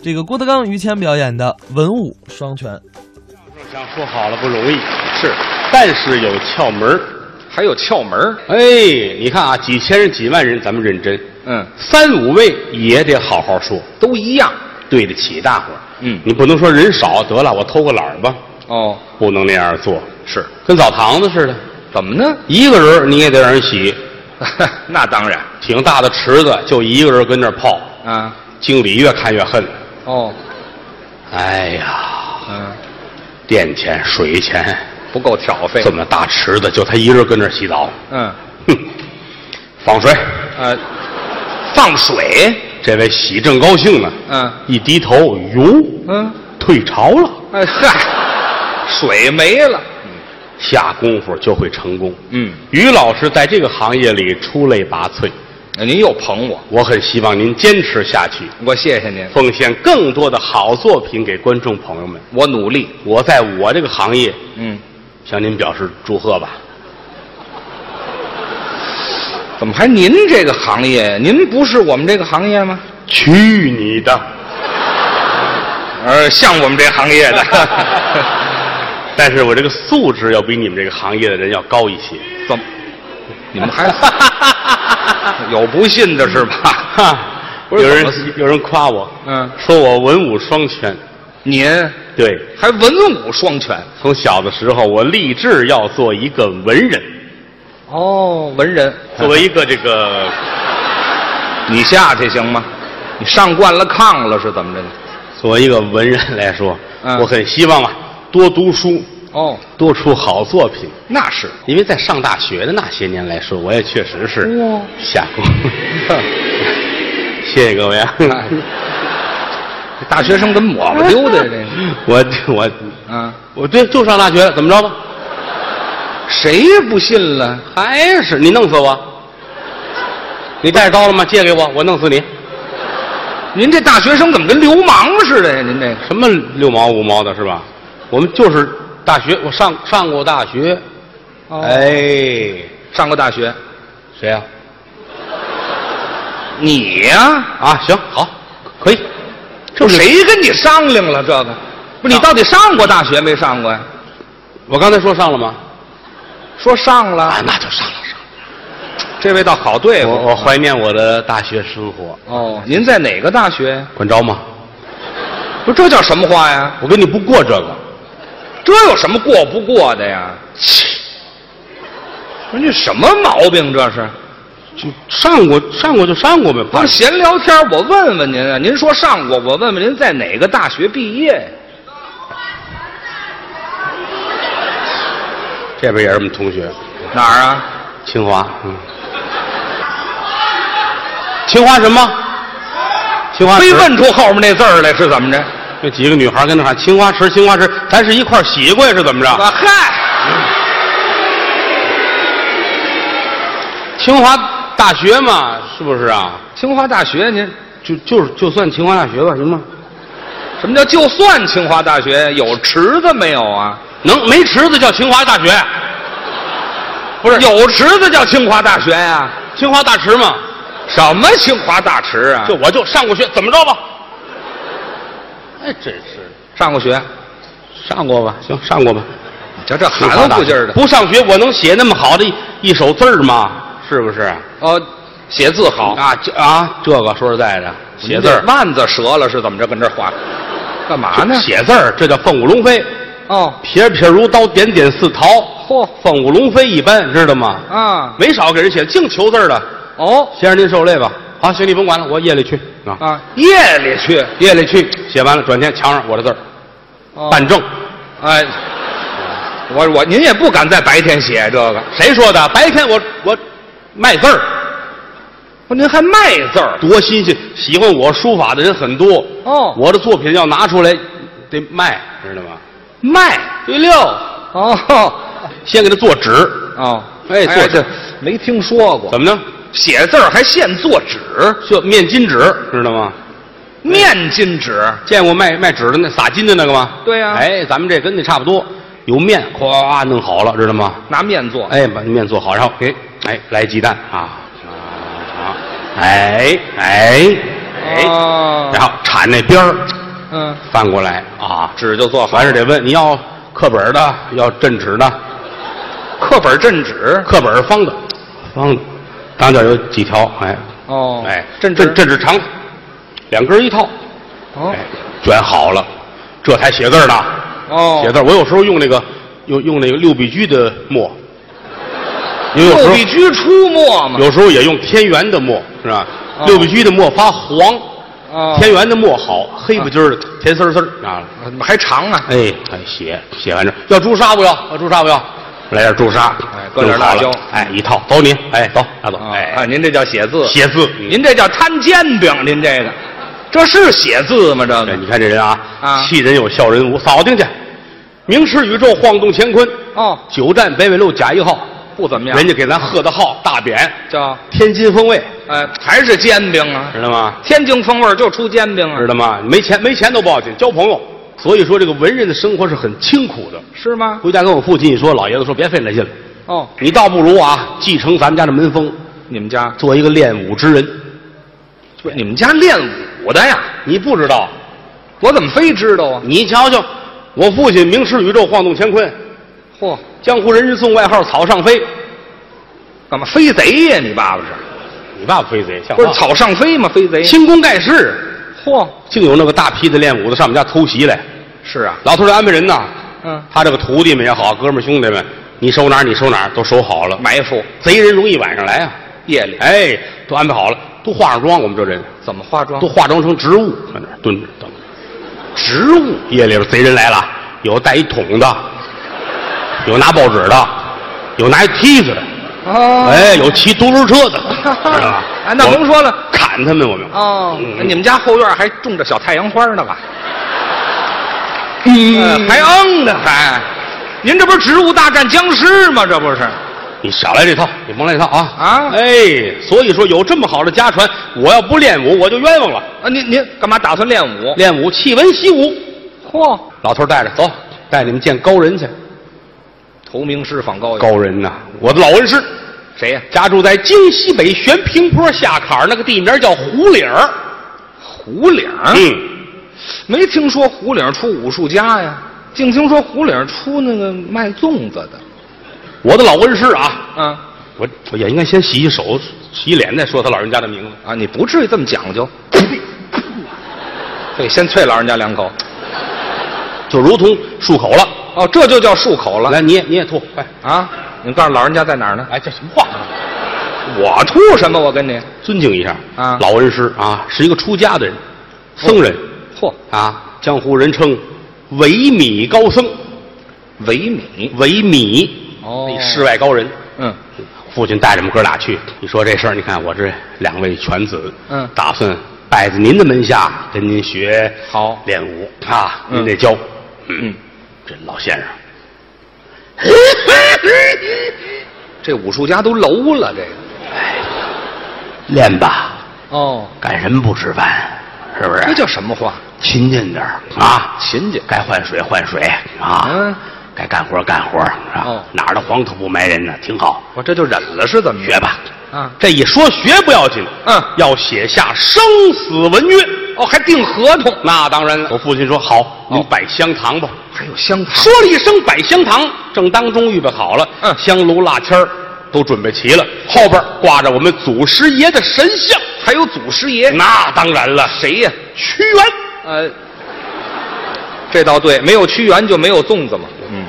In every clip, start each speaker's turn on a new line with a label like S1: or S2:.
S1: 这个郭德纲、于谦表演的文武双全。
S2: 想说好了不容易，是，但是有窍门儿
S3: 还有窍门儿
S2: 哎，你看啊，几千人、几万人，咱们认真，
S3: 嗯，
S2: 三五位也得好好说，
S3: 都一样。
S2: 对得起大伙儿。
S3: 嗯
S2: 你不能说人少，得了，我偷个懒儿吧，
S3: 哦，
S2: 不能那样做，
S3: 是，
S2: 跟澡堂子似的，
S3: 怎么呢？
S2: 一个人你也得让人 洗，
S3: 那当然
S2: 挺大的池子，就一个人跟那儿泡，
S3: 啊。
S2: 经理越看越恨，
S3: 哦，
S2: 哎呀，
S3: 嗯，
S2: 电钱、水钱，
S3: 不够挑费。
S2: 这么大池子，就他一人跟那儿洗澡，
S3: 嗯，
S2: 哼，放水，
S3: 呃，放水。
S2: 这位洗正高兴呢，
S3: 嗯
S2: 一低头，哟，
S3: 嗯，
S2: 退潮了，
S3: 哎嗨，水没了。
S2: 下功夫就会成功。
S3: 嗯，
S2: 于老师在这个行业里出类拔萃，
S3: 哎您又捧我，
S2: 我很希望您坚持下去，
S3: 我谢谢您，
S2: 奉献更多的好作品给观众朋友们。
S3: 我努力。
S2: 我在我这个行业
S3: 嗯，
S2: 向您表示祝贺吧。
S3: 怎么还您这个行业？您不是我们这个行业吗？
S2: 去你的！
S3: 呃，像我们这行业 的，
S2: 但是我这个素质要比你们这个行业的人要高一些。
S3: 怎么？你们 还有不信的是吧？
S2: 哈，
S3: 不
S2: 有
S3: 是
S2: 人
S3: 怎么
S2: 有人夸我，
S3: 嗯，
S2: 说我文武双全。
S3: 您
S2: 对，
S3: 还文武双全
S2: 从小的时候，我立志要做一个文人，
S3: 哦，文人。
S2: 作为一个这个
S3: 你下去行吗？你上惯了炕了是怎么着呢？
S2: 作为一个文人来说，
S3: 嗯
S2: 我很希望啊，多读书，
S3: 哦，
S2: 多出好作品。
S3: 那是，
S2: 因为在上大学的那些年来说，我也确实是
S3: 哇
S2: 下功夫。
S3: 嗯
S2: 谢谢各位啊！
S3: 哎大学生跟抹不丢的这个，
S2: 我我
S3: 啊，
S2: 我对，就上大学了，怎么着吧？
S3: 谁不信了？
S2: 还是你弄死我？你带着刀了吗？借给我，我弄死你！
S3: 您这大学生怎么跟流氓似的呀？您这个
S2: 什么六毛五毛的是吧？我们就是大学，我上上过大学。
S3: 哦
S2: 哎，
S3: 上过大学，
S2: 谁啊呀、
S3: 你呀、
S2: 啊？行，好，可以。
S3: 这啊谁跟你商量了这个？不是，
S2: 上
S3: 你到底上过大学没上过呀？
S2: 我刚才说上了吗？
S3: 说上了，，
S2: 啊那就上了上了。
S3: 这位倒好对付。
S2: 我我怀念我的大学生活，
S3: 哦，您在哪个大学呀？
S2: 管着吗？
S3: 不是，这叫什么话呀？
S2: 我跟你不过这个，
S3: 这有什么过不过的呀？不是，这什么毛病这是？
S2: 就上过上过就上过呗，
S3: 不是闲聊天，我问问您啊，您说上过，我问问您在哪个大学毕业呀？
S2: 啊这边也是我们同学，
S3: 哪儿啊？
S2: 清华，嗯，清华什么？清华池
S3: 非问出后面那字儿来是怎么着？
S2: 那几个女孩跟那喊青花池，青花池，咱是一块儿洗过呀，是怎么着？
S3: 啊嗨，
S2: 清华大学嘛，是不是啊？
S3: 清华大学您
S2: 就就是就算清华大学吧，行吗？
S3: 什么叫就算清华大学有池子没有啊？
S2: 能没池子叫清华大学，
S3: 不是有池子叫清华大学呀、
S2: 清华大池嘛。
S3: 什么清华大池啊？
S2: 就我就上过学，怎么着吧？哎，真是
S3: 上过学，
S2: 上过吧？行，上过吧。
S3: 你瞧这含糊不劲儿的。
S2: 不上学我能写那么好的一一手字儿吗？是不是？
S3: 哦，写字好，
S2: 啊，这啊，这个说实在的，写字儿，
S3: 腕子折了是怎么着？跟这儿画，干嘛呢
S2: 这？写字儿，这叫凤舞龙飞，
S3: 哦，
S2: 撇撇如刀，点点似桃，
S3: 嚯
S2: 凤舞龙飞一般，知道吗？
S3: 啊，
S2: 没少给人写，净求字儿的。
S3: 哦
S2: 先生您受累吧。好，行，你甭管了，我夜里去啊，
S3: 啊，夜里去，
S2: 夜里去，写完了，转天墙上我的字儿，办
S3: 办
S2: 证。
S3: 哎，我我您也不敢在白天写这个，
S2: 谁说的？白天我我卖字儿，
S3: 不，哦您还卖字儿？
S2: 多新鲜！喜欢我书法的人很多，
S3: 哦
S2: 我的作品要拿出来得卖，知道吗？
S3: 卖
S2: 第六，
S3: 哦
S2: 先给他做纸，
S3: 哦，
S2: 哎
S3: 呀
S2: 做
S3: 这没听说过，
S2: 怎么呢？
S3: 写字儿还现做纸，
S2: 就面巾纸，
S3: 哎
S2: 知道吗？
S3: 面巾纸，
S2: 见过卖卖纸的那撒金的那个吗？
S3: 对啊呀
S2: 哎，咱们这跟那差不多，有面，咵弄好了，知道吗？
S3: 拿面做。
S2: 哎，把面做好，然后给哎来鸡蛋啊啊啊！哎哎，哎，
S3: 哦
S2: 然后铲那边儿
S3: 嗯，
S2: 翻过来啊，
S3: 纸就做好
S2: 完事得问你要课本的，要镇纸的，
S3: 嗯课本镇纸，
S2: 课本是方的，方的，当间有几条，哎，
S3: 哦，
S2: 哎，
S3: 镇纸
S2: 镇，镇纸长，两根儿一套，
S3: 哦
S2: 哎，卷好了，这才写字儿呢，
S3: 哦，
S2: 写字儿。我有时候用那个用用那个六必居的墨，因为有时
S3: 六
S2: 候
S3: 必居出没嘛，
S2: 有时候也用天元的墨，是吧？
S3: 哦
S2: 六必居的墨发黄，
S3: 哦嗯
S2: 天元的墨好，黑不筋儿的，甜丝丝儿啊。
S3: 还长啊，
S2: 哎，哎，写写完这要朱砂不要？要朱砂不要？来点朱砂，
S3: 哎搁点辣椒
S2: 弄好了哎，一套，走你，哎，走，拿走，
S3: 啊啊，
S2: 哎，
S3: 您这叫写字，
S2: 写字，嗯
S3: 您这叫摊煎饼，您这个，这是写字吗？这
S2: 哎你
S3: 个，
S2: 看这人啊，
S3: 啊
S2: 气人有笑人无，扫听去，明视宇宙，晃动乾坤，
S3: 哦，
S2: 九站北纬路甲一号，
S3: 不怎么样，
S2: 人家给咱贺的号大匾，
S3: 叫
S2: 天津风味，
S3: 哎，还是煎饼啊，
S2: 知道吗？
S3: 天津风味儿就出煎饼啊，
S2: 知道吗？没钱没钱都不要紧，交朋友。所以说，这个文人的生活是很清苦的。
S3: 是吗？
S2: 回家跟我父亲一说，老爷子说别费那劲了，
S3: 哦，
S2: 你倒不如啊，继承咱们家的门风，
S3: 你们家
S2: 做一个练武之人。
S3: 不是你们家练武的呀？
S2: 你不知道，
S3: 我怎么非知道啊？
S2: 你瞧瞧，我父亲名驰宇宙，晃动乾坤，
S3: 嚯，
S2: 江湖人士送外号“草上飞
S3: 干嘛飞贼呀？你爸爸
S2: 哦
S3: 是？”。
S2: 你爸爸飞贼，像
S3: 不
S2: 话
S3: 是草上飞吗？飞贼？
S2: 轻功盖世，
S3: 嚯，
S2: 竟有那个大批的练武的上我们家偷袭来。
S3: 是啊，
S2: 老头儿安排人呐，
S3: 嗯，
S2: 他这个徒弟们也好，哥们儿兄弟们，你收哪儿你收哪儿都收好了。
S3: 埋伏
S2: 贼人容易晚上来啊。
S3: 夜里
S2: 哎，都安排好了，都化上妆，我们这人
S3: 怎么化妆
S2: 都？化妆成植物，在那儿蹲着等着。植物夜里边贼人来了，有带一桶的，有拿报纸的，有拿一梯子的，
S3: 哦，
S2: 哎，有骑独轮车的，
S3: 哈哈
S2: 知道吧？
S3: 啊，那
S2: 我们
S3: 甭说了。
S2: 砍他们，我们
S3: 哦，
S2: 嗯
S3: 你们家后院还种着小太阳花呢吧？
S2: 嗯
S3: 呃还嗯呢还？您这不是植物大战僵尸吗？这不是？
S2: 你少来这套，你甭来这套啊
S3: 啊
S2: 哎，所以说有这么好的家传，我要不练武我就冤枉了。
S3: 啊，您您干嘛打算练武？
S2: 练武弃文习武，
S3: 嚯，
S2: 老头儿带着走，带你们见高人去。
S3: 哎投名师访高友。
S2: 高人呐、我的老恩师，
S3: 谁呀？
S2: 家住在京西北悬平坡下坎儿那个地名叫胡岭儿。
S3: 胡岭儿。
S2: 嗯，
S3: 没听说胡岭出武术家呀，净听说胡岭出那个卖粽子的。
S2: 我的老恩师啊，
S3: 啊
S2: 我我也应该先洗洗手、洗洗脸，再说他老人家的名字。
S3: 啊，你不至于这么讲究。对，先啐老人家两口。
S2: 就如同漱口了。
S3: 哦，这就叫漱口了
S2: 来，你也你也吐，快！
S3: 啊！你告诉老人家在哪儿呢？
S2: 哎，这什么话？
S3: 我吐什么？我跟你，
S2: 尊敬一下
S3: 啊
S2: 老恩师啊，是一个出家的人，僧人、
S3: 嚯，
S2: 啊，江湖人称维米高僧，
S3: 维米。
S2: 维米，
S3: 哦
S2: 那世外高人。
S3: 嗯，
S2: 父亲带着我们哥俩去，你说这事儿，你看我这两位犬子，
S3: 嗯
S2: 打算拜在您的门下跟您学
S3: 好
S2: 练武啊，
S3: 嗯
S2: 您得教，
S3: 嗯，
S2: 这老先生，
S3: 这武术家都楼了，这个。
S2: 练吧，
S3: 哦，
S2: 干什么不吃饭？是不是？
S3: 这叫什么话？
S2: 勤俭点儿啊，
S3: 勤俭
S2: 该换水换水啊，
S3: 嗯
S2: 该干活干活啊，
S3: 哦
S2: 哪儿的黄土不埋人呢？挺好，
S3: 我这就忍了是怎么着？
S2: 学吧。
S3: 啊，
S2: 这一说学不要紧，
S3: 嗯
S2: 要写下生死文约。
S3: 哦，还订合同，
S2: 那当然了，我父亲说好，您
S3: 哦
S2: 摆香堂吧。
S3: 还有香堂。
S2: 说了一声摆香堂，正当中预备好了，
S3: 嗯
S2: 香炉蜡签儿都准备齐了，后边挂着我们祖师爷的神像。
S3: 还有祖师爷
S2: 那当然了，
S3: 哎谁呀？
S2: 屈原，
S3: 呃，这倒对，没有屈原就没有粽子嘛。嗯，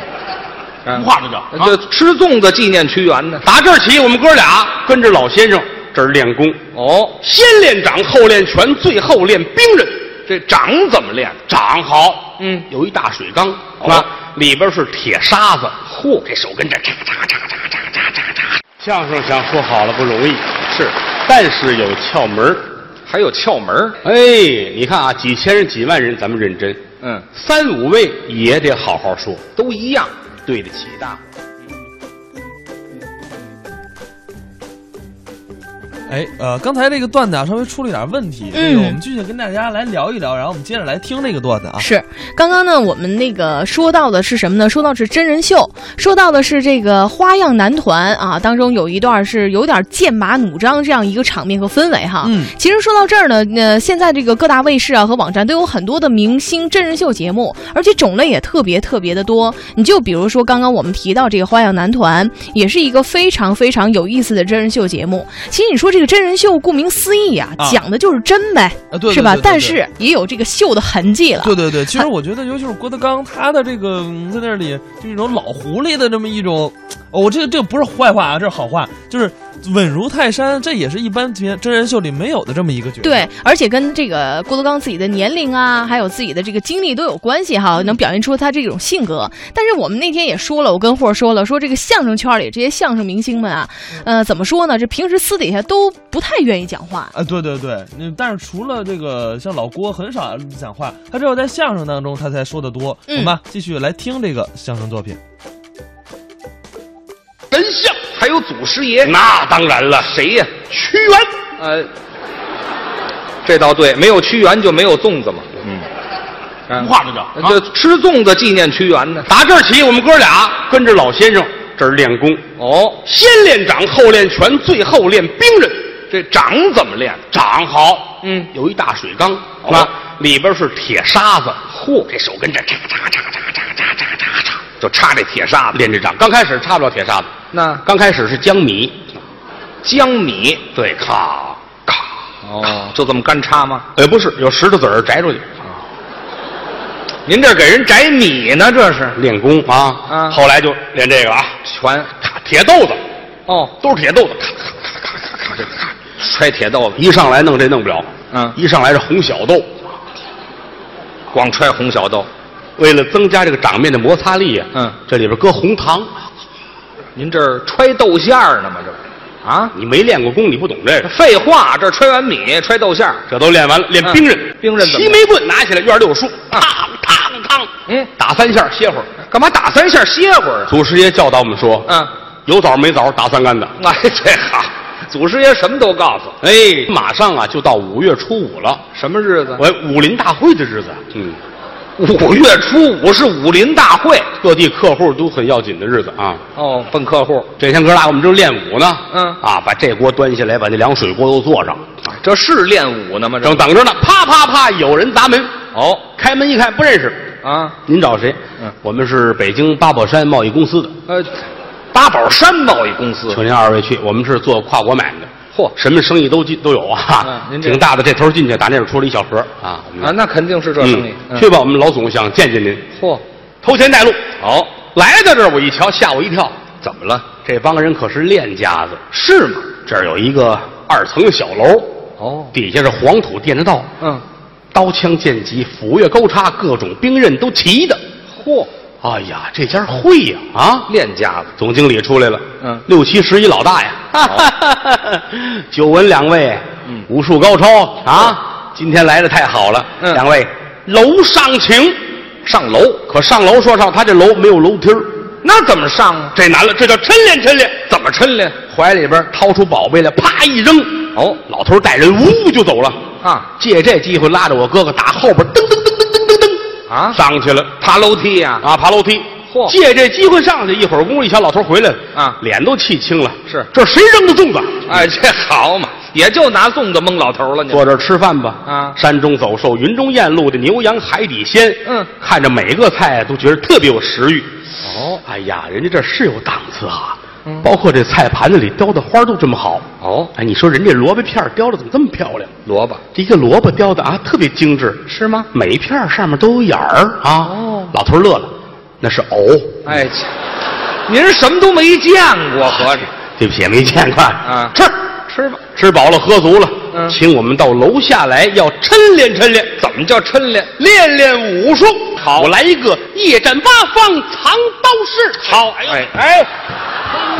S3: 呃
S2: 不话这叫啊
S3: 就吃粽子纪念屈原呢。
S2: 打这儿起，我们哥俩跟着老先生这儿练功，
S3: 哦，
S2: 先练掌，后练拳，最后练兵刃。
S3: 这掌怎么练？
S2: 掌好，
S3: 嗯
S2: 有一大水缸
S3: 哦
S2: 啊，里边是铁沙子，嚯，这手跟这嚓嚓嚓嚓嚓嚓嚓嚓。相声想说好了不容易，
S3: 是，
S2: 但是有窍门儿
S3: 还有窍门儿
S2: 哎，你看啊，几千人、几万人，咱们认真，
S3: 嗯，
S2: 三五位也得好好说，
S3: 都一样。
S2: 对得起大伙。
S1: 哎，呃，刚才这个段子啊，稍微出了一点问题，这个
S4: 嗯
S1: 我们继续跟大家来聊一聊，然后我们接着来听这个段子啊。
S4: 是，刚刚呢，我们那个说到的是什么呢？说到是真人秀，说到的是这个花样男团啊，当中有一段是有点剑拔弩张这样一个场面和氛围哈。
S1: 嗯，
S4: 其实说到这儿呢，呃，现在这个各大卫视啊和网站都有很多的明星真人秀节目，而且种类也特别特别的多。你就比如说刚刚我们提到这个花样男团，也是一个非常非常有意思的真人秀节目。其实你说这个真人秀，顾名思义啊，
S1: 啊
S4: 讲的就是真呗，
S1: 啊，对，
S4: 是吧？
S1: 对
S4: 但。是也有这个秀的痕迹了。
S1: 对对对对对，其实我觉得，尤其是郭德纲，他的这个嗯在那里就是一种老狐狸的这么一种，哦我、这个这个不是坏话啊，这是好话，就是稳如泰山，这也是一般真真人秀里没有的这么一个角色。
S4: 对，而且跟这个郭德纲自己的年龄啊，还有自己的这个经历都有关系哈，能表现出他这种性格。但是我们那天也说了，我跟霍儿说了，说这个相声圈里这些相声明星们啊，呃，怎么说呢？这平时私底下都不太愿意讲话。
S1: 啊，对对对，嗯，但是除了这个，像老郭很少讲话，他只有在相声当中他才说的多。
S4: 嗯
S1: 我们啊继续来听这个相声作品。
S2: 真相。
S3: 还有祖师爷，
S2: 那当然了，
S3: 谁呀、
S2: 屈原
S3: 呃，这倒对，没有屈原就没有粽子嘛。
S2: 俗
S3: 嗯，
S2: 话就叫
S3: 啊这吃粽子纪念屈原呢。
S2: 打这儿起，我们哥俩跟着老先生这儿练功，
S3: 哦，
S2: 先练掌，后练拳，最后练兵刃。
S3: 这掌怎么练？
S2: 掌好，
S3: 嗯
S2: 有一大水缸，
S3: 哦
S2: 啊，里边是铁砂子，嚯，这手跟着叉叉叉叉叉叉叉叉叉，就插这铁砂子练这掌。刚开始插不了铁砂子，
S3: 那
S2: 刚开始是江米，
S3: 江米
S2: 对，咔咔，
S3: 哦，就这么干插吗？
S2: 哎，不是，有石头子儿摘出去，
S3: 您这给人摘米呢，这是
S2: 练功啊。
S3: 啊
S2: 后来就练这个啊，
S3: 全
S2: 咔，铁豆子
S3: 哦，
S2: 都是铁豆子，咔咔咔咔咔咔咔，
S3: 摔铁豆子，
S2: 一上来弄这弄不了，
S3: 嗯
S2: 一上来是红小豆，
S3: 光揣红小豆。
S2: 为了增加这个掌面的摩擦力呀，
S3: 嗯
S2: 这里边搁红糖，
S3: 您这儿揣豆馅儿呢吗？这不啊，
S2: 你没练过功，你不懂这个。
S3: 废话，这儿揣完米揣豆馅儿，
S2: 这都练完了，练兵刃，
S3: 嗯兵刃怎么
S2: 齐眉棍拿起来，院儿六竖，嘡嘡嘡，
S3: 嗯
S2: 打三下歇会儿。
S3: 干嘛打三下歇会儿啊？
S2: 祖师爷教导我们说，
S3: 嗯，
S2: 有枣没枣打三竿子。
S3: 哎，这好，祖师爷什么都告诉。
S2: 哎，马上啊就到五月初五了，
S3: 什么日子？
S2: 我武林大会的日子，嗯，
S3: 五月初五是武林大会
S2: 各地客户都很要紧的日子啊。
S3: 哦，奔客户，
S2: 这天哥俩我们正练武呢，
S3: 嗯
S2: 啊，把这锅端下来，把那凉水锅都做上，啊
S3: 这是练武呢吗？这
S2: 正等着呢，啪啪啪，有人砸门，
S3: 哦
S2: 开门一看不认识，
S3: 啊，
S2: 您找谁？
S3: 嗯
S2: 我们是北京八宝山贸易公司的，
S3: 呃，八宝山贸易公司，
S2: 请您二位去，我们是做跨国买卖的，
S3: 嚯
S2: 什么生意都进都有啊
S3: 嗯，您这
S2: 挺大的。这头进去，打那头出了一小盒啊，我们
S3: 啊，那肯定是这生意。
S2: 嗯去吧，我们老总想见见您，
S3: 嗯，嚯，
S2: 头前带路。好，来到这儿我一瞧，吓我一跳，怎么了？这帮人可是练家子，
S3: 是吗？
S2: 这儿有一个二层小楼，
S3: 哦，
S2: 底下是黄土垫着道，
S3: 嗯，
S2: 刀枪剑戟、斧钺钩叉，各种兵刃都齐的。
S3: 嚯，
S2: 哎呀，这家会呀啊！
S3: 练家子，
S2: 总经理出来了，
S3: 嗯
S2: 六七十一老大呀，久闻两位，
S3: 嗯
S2: 武术高超啊，今天来的太好了，
S3: 嗯
S2: 两位楼上请，
S3: 上楼，
S2: 可上楼说上他这楼没有楼梯儿
S3: 那怎么上啊？
S2: 这难了，这叫抻练抻练，怎么抻
S3: 抻练？
S2: 怀里边掏出宝贝来，啪一扔，
S3: 哦
S2: 老头带人呜就走了，
S3: 啊
S2: 借这机会拉着我哥哥打后边，噔噔噔噔噔噔
S3: 啊
S2: 噔，，上去了，
S3: 爬楼梯呀、
S2: 啊，爬楼梯。
S3: 嚯
S2: 借这机会上去，一会儿功夫一瞧，老头回来了
S3: 啊
S2: 脸都气青了。
S3: 是
S2: 这谁扔啊的粽子？
S3: 哎，这好嘛，也就拿粽子蒙老头了。你
S2: 坐这儿吃饭吧。
S3: 啊
S2: 山中走兽，云中雁，陆的牛羊，海底鲜。
S3: 嗯
S2: 看着每个菜都觉得特别有食欲。
S3: 哦
S2: 哎呀，人家这是有档次啊！
S3: 嗯
S2: 包括这菜盘子里雕的花都这么好。
S3: 哦，
S2: 哎，你说人家萝卜片儿雕的怎么这么漂亮？
S3: 萝卜
S2: 这一个萝卜雕的啊，特别精致。
S3: 是吗？
S2: 每一片儿上面都有眼儿啊。
S3: 哦
S2: 老头儿乐了，那是藕。
S3: 哎，切您什么都没见过，合着
S2: 对不起，没见过。
S3: 啊
S2: 吃
S3: 吃吧。
S2: 吃饱了，喝足了，
S3: 嗯
S2: 请我们到楼下来，要抻练抻练，
S3: 怎么叫抻练？
S2: 练练武术。好，我来一个夜战八方藏刀式。好，
S3: 哎
S2: 哎，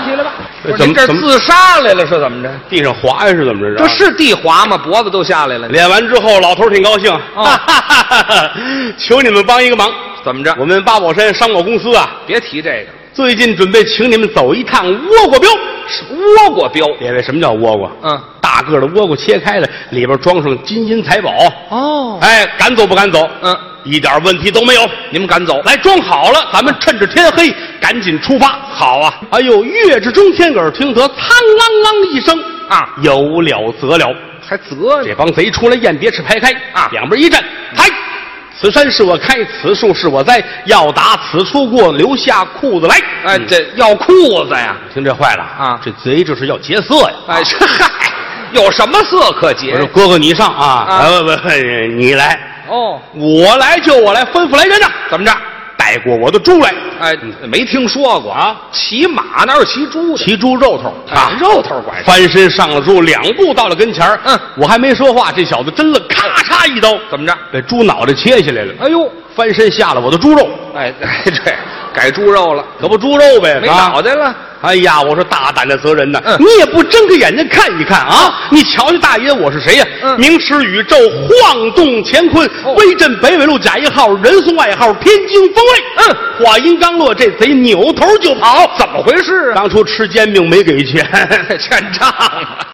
S3: 起来吧
S2: 哎
S3: 不是
S2: 怎
S3: 您
S2: 么
S3: 这
S2: 怎么
S3: 自杀来了是怎么着？
S2: 地上滑呀，是怎么着？
S3: 这是地滑吗？脖子都下来了，
S2: 练完之后，老头儿挺高兴，
S3: 哦
S2: 哈
S3: 啊
S2: 哈哈哈，求你们帮一个忙。
S3: 怎么着？
S2: 我们八宝山商贸公司啊，
S3: 别提这个，
S2: 最近准备请你们走一趟倭瓜镖。
S3: 倭瓜镖，
S2: 列位，什么叫倭瓜？
S3: 嗯，
S2: 大个儿的倭瓜切开了，里边装上金银财宝。
S3: 哦，
S2: 哎，敢走不敢走？
S3: 嗯，
S2: 一点问题都没有。
S3: 你们敢走？
S2: 来，装好了，咱们趁着天黑赶紧出发。好啊！哎呦，月之中天，耳听得“苍啷啷”一声
S3: 啊，
S2: 有了则了。
S3: 还责
S2: 这帮贼出来雁别翅排开
S3: 啊
S2: 两边一站，嗨，此山是我开，此树是我栽，要打此处过，留下裤子来。
S3: 哎，
S2: 嗯
S3: 这要裤子呀！
S2: 听这坏了
S3: 啊
S2: 这贼这是要劫色呀！啊
S3: 哎，这嗨，有什么色可劫
S2: 我？说哥哥你上
S3: 啊
S2: 啊，哎不不，你来，
S3: 哦，
S2: 我来就我来，吩咐来人呐，
S3: 怎么着？
S2: 带过我的猪来，
S3: 哎，没听说过
S2: 啊！
S3: 骑马哪有骑猪的？
S2: 骑猪肉头
S3: 啊，肉头拐着。
S2: 翻身上了猪，两步到了跟前儿
S3: 嗯
S2: 我还没说话，这小子真了，咔嚓一刀，
S3: 怎么着？
S2: 把猪脑袋切下来了，
S3: 哎呦，
S2: 翻身下了我的猪肉，
S3: 哎 哎，这改猪肉了，
S2: 可不猪肉呗，
S3: 没
S2: 啊
S3: 脑袋了。
S2: 哎呀，我说大胆的责人呐，
S3: 嗯
S2: 你也不睁开眼睛看一看啊！你瞧瞧大爷，我是谁呀、
S3: 嗯
S2: 名驰宇宙，晃动乾坤，
S3: 哦
S2: 威震北纬路甲一号，人送外号天津风卫。嗯，话音刚落，这贼扭头就跑，怎么
S3: 怎么回事啊？
S2: 当初吃煎饼没给钱，
S3: 欠账了。